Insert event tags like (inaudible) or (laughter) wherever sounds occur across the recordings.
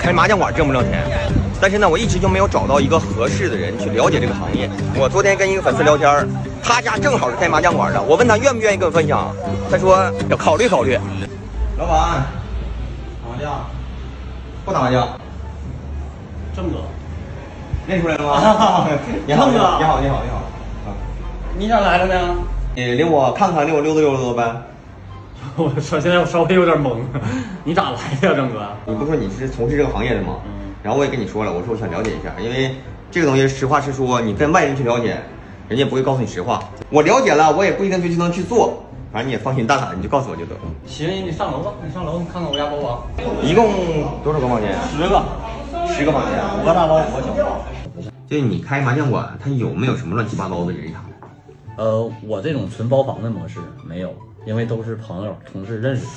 开麻将馆挣不挣钱？但是呢，我一直就没有找到一个合适的人去了解这个行业。我昨天跟一个粉丝聊天儿，他家正好是开麻将馆的，我问他愿不愿意跟我分享，他说要考虑考虑。老板，打麻将？不打麻将？郑哥，认出来了吗？ (laughs) 你好，你好，你好，你好，你好。啊你咋来了呢？你呃领我看看，领我溜达溜达呗。 (laughs) 我说现在我稍微有点 (laughs) 懵，你咋来的呀，郑哥？你不说你是从事这个行业的吗？嗯然后我也跟你说了，我说我想了解一下，因为这个东西实话实说，你跟外人去了解，人家不会告诉你实话。我了解了，我也不一定就就能去做，反正你也放心大胆，你就告诉我就得了。行，你上楼吧，你上楼，你看看我家包房。一共多少个房间？啊十个，十个房间。啊五个大包，五个小包。就是你开麻将馆，它有没有什么乱七八糟的人啥的？呃，我这种纯包房的模式没有，因为都是朋友、同事认识的。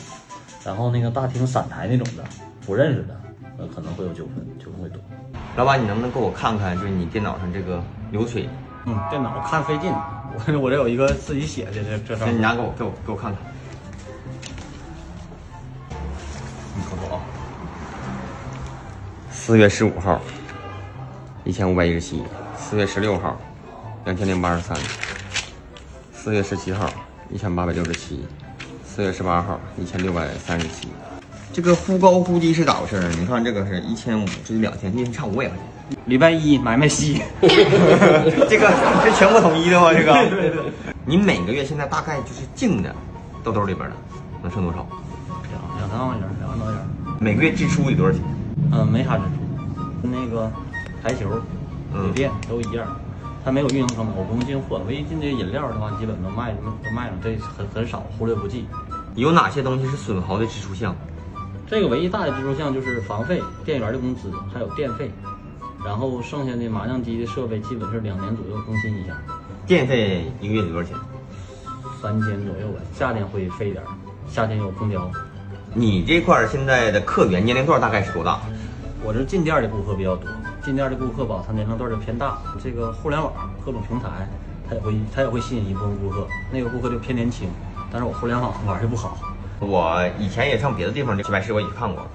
然后那个大厅散台那种的，不认识的，呃，可能会有纠纷，纠纷会多。老板，你能不能给我看看，就是你电脑上这个流水？嗯，电脑看费劲，我 (laughs) 我这有一个自己写的这这那上你面。拿给我，给我，给我看看。你嗯瞅瞅啊，四月十五号，一千五百一十七；四月十六号，两千零八十三；四月十七号，一千八百六十七；四月十八号，一千六百三十七。这个忽高忽低是咋回事儿？啊你看这个是一千五，这就两千，一天差五百块钱。礼拜一买卖 (laughs) 西，这 (laughs) 个是全国统一的吗？这个？对对。 (laughs) 你每个月现在大概就是净的，到兜里边的能剩多少？两两三万块钱，两万多块钱。每个月支出得多少钱？嗯、没啥支出，那个台球、水电都一样，它没有运营成本，我不用进货，唯一进这饮料的话，基本都卖都卖了，这很很少，忽略不计。有哪些东西是损耗的支出项？这个唯一大的支出项就是房费、店员的工资，还有电费，然后剩下的麻将机的设备基本是两年左右更新一下，电费一个月得多少钱？三千左右吧。夏天会费一点儿，夏天有空调。你这块儿现在的客源年龄段大概是多大？我这进店的顾客比较多，进店的顾客吧，他年龄段儿就偏大。这个互联网各种平台，他也会他也会吸引一部分顾客，那个顾客就偏年轻。但是我互联网玩的不好，我以前也上别的地方的棋牌室，我也去看过，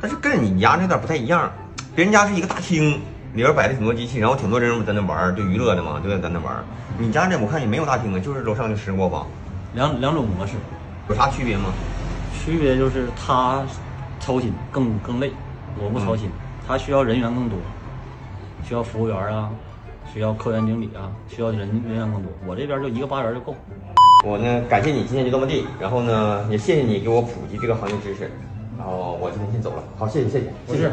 但是跟你家那有点不太一样。别人家是一个大厅，里边摆了挺多机器，然后挺多人在那玩儿，就娱乐的嘛，对吧，在那玩儿。你家这我看也没有大厅啊，就是楼上就石锅房，两两种模式，有啥区别吗？区别就是他操心更更累，我不操心，他需要人员更多，需要服务员啊，需要客源经理啊，需要人人员更多。我这边就一个八元就够。我呢，感谢你今天就这么地，然后呢，也谢谢你给我普及这个行业知识，然后我今天先走了。好，谢谢谢谢，不是谢谢